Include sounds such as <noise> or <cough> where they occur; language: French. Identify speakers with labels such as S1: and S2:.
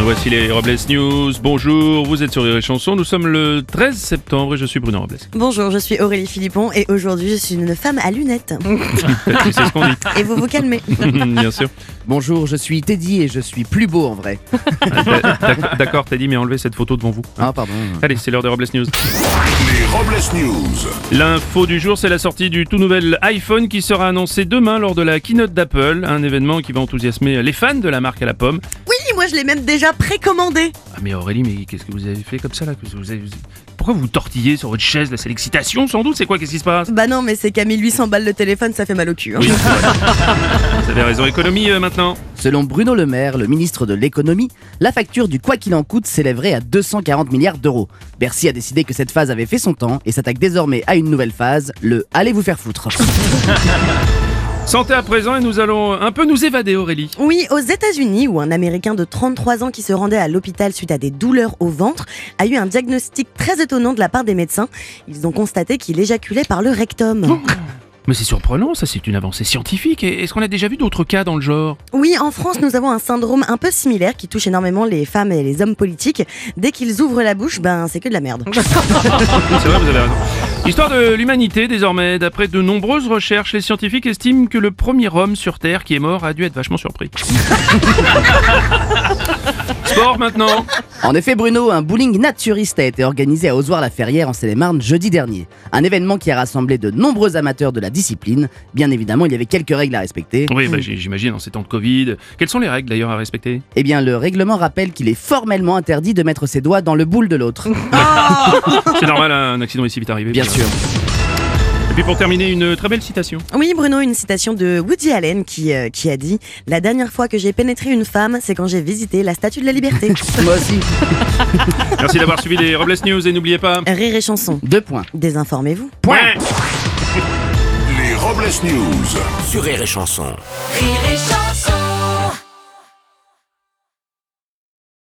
S1: Voici les Robles News. Bonjour, vous êtes sur Rire et Chanson. Nous sommes le 13 septembre et je suis Bruno Robles.
S2: Bonjour, je suis Aurélie Philippon et aujourd'hui je suis une femme à lunettes.
S1: C'est ce qu'on dit,
S2: Et vous vous calmez.
S1: <laughs> bien sûr.
S3: Bonjour, je suis Teddy et je suis plus beau en <laughs> vrai.
S1: Ah, D'ac- D'accord, t'as dit, mais enlevez cette photo devant vous.
S3: Ah pardon.
S1: Allez, c'est l'heure des Robles News.
S4: Les Robles News.
S1: L'info du jour, c'est la sortie du tout nouvel iPhone qui sera annoncé demain lors de la keynote d'Apple, un événement qui va enthousiasmer les fans de la marque à la pomme.
S2: Oui, moi je l'ai même déjà précommandé.
S1: Ah mais Aurélie, mais qu'est-ce que vous avez fait comme ça là Que vous avez- vous- Pourquoi vous vous tortillez sur votre chaise là C'est l'excitation sans doute C'est quoi Qu'est-ce qui se passe
S2: Bah non, mais c'est qu'à 1800 balles le téléphone, ça fait mal au cul. hein.
S1: Vous avez raison, économie euh, maintenant.
S3: Selon Bruno Le Maire, le ministre de l'économie, la facture du quoi qu'il en coûte s'élèverait à 240 milliards d'euros. Bercy a décidé que cette phase avait fait son temps et s'attaque désormais à une nouvelle phase, le allez vous faire foutre.
S1: Santé à présent et nous allons un peu nous évader Aurélie.
S2: Oui, aux États-Unis, où un Américain de 33 ans qui se rendait à l'hôpital suite à des douleurs au ventre a eu un diagnostic très étonnant de la part des médecins. Ils ont constaté qu'il éjaculait par le rectum.
S1: Mais c'est surprenant, ça c'est une avancée scientifique. Et Est-ce qu'on a déjà vu d'autres cas dans le genre
S2: Oui, en France, nous avons un syndrome un peu similaire qui touche énormément les femmes et les hommes politiques. Dès qu'ils ouvrent la bouche, ben c'est que de la merde.
S1: C'est vrai, vous avez raison. Histoire de l'humanité désormais, d'après de nombreuses recherches, les scientifiques estiment que le premier homme sur Terre qui est mort a dû être vachement <laughs> surpris. Sport maintenant
S3: En effet, Bruno, un bowling naturiste a été organisé à Ozoir-la-Ferrière en Seine-et-Marne jeudi dernier. Un événement qui a rassemblé de nombreux amateurs de la discipline. Bien évidemment, il y avait quelques règles à respecter.
S1: Oui, bah, j'- j'imagine en ces temps de Covid. Quelles sont les règles d'ailleurs à respecter
S3: Eh bien, le règlement rappelle qu'il est formellement interdit de mettre ses doigts dans le boule de l'autre.
S1: <laughs> C'est normal, un accident ici vite arrivé.
S3: <laughs> Bien sûr.
S1: Et puis pour terminer, une très belle citation.
S2: Oui, Bruno, une citation de Woody Allen qui, euh, qui a dit La dernière fois que j'ai pénétré une femme, c'est quand j'ai visité la statue de la liberté.
S3: Moi aussi.
S1: Merci d'avoir suivi les Robles News et n'oubliez pas...
S2: Rire et chanson,
S3: Deux points.
S2: désinformez-vous.
S4: Les Robles News.
S5: Sur Rire et Chanson.
S6: Rire et chanson.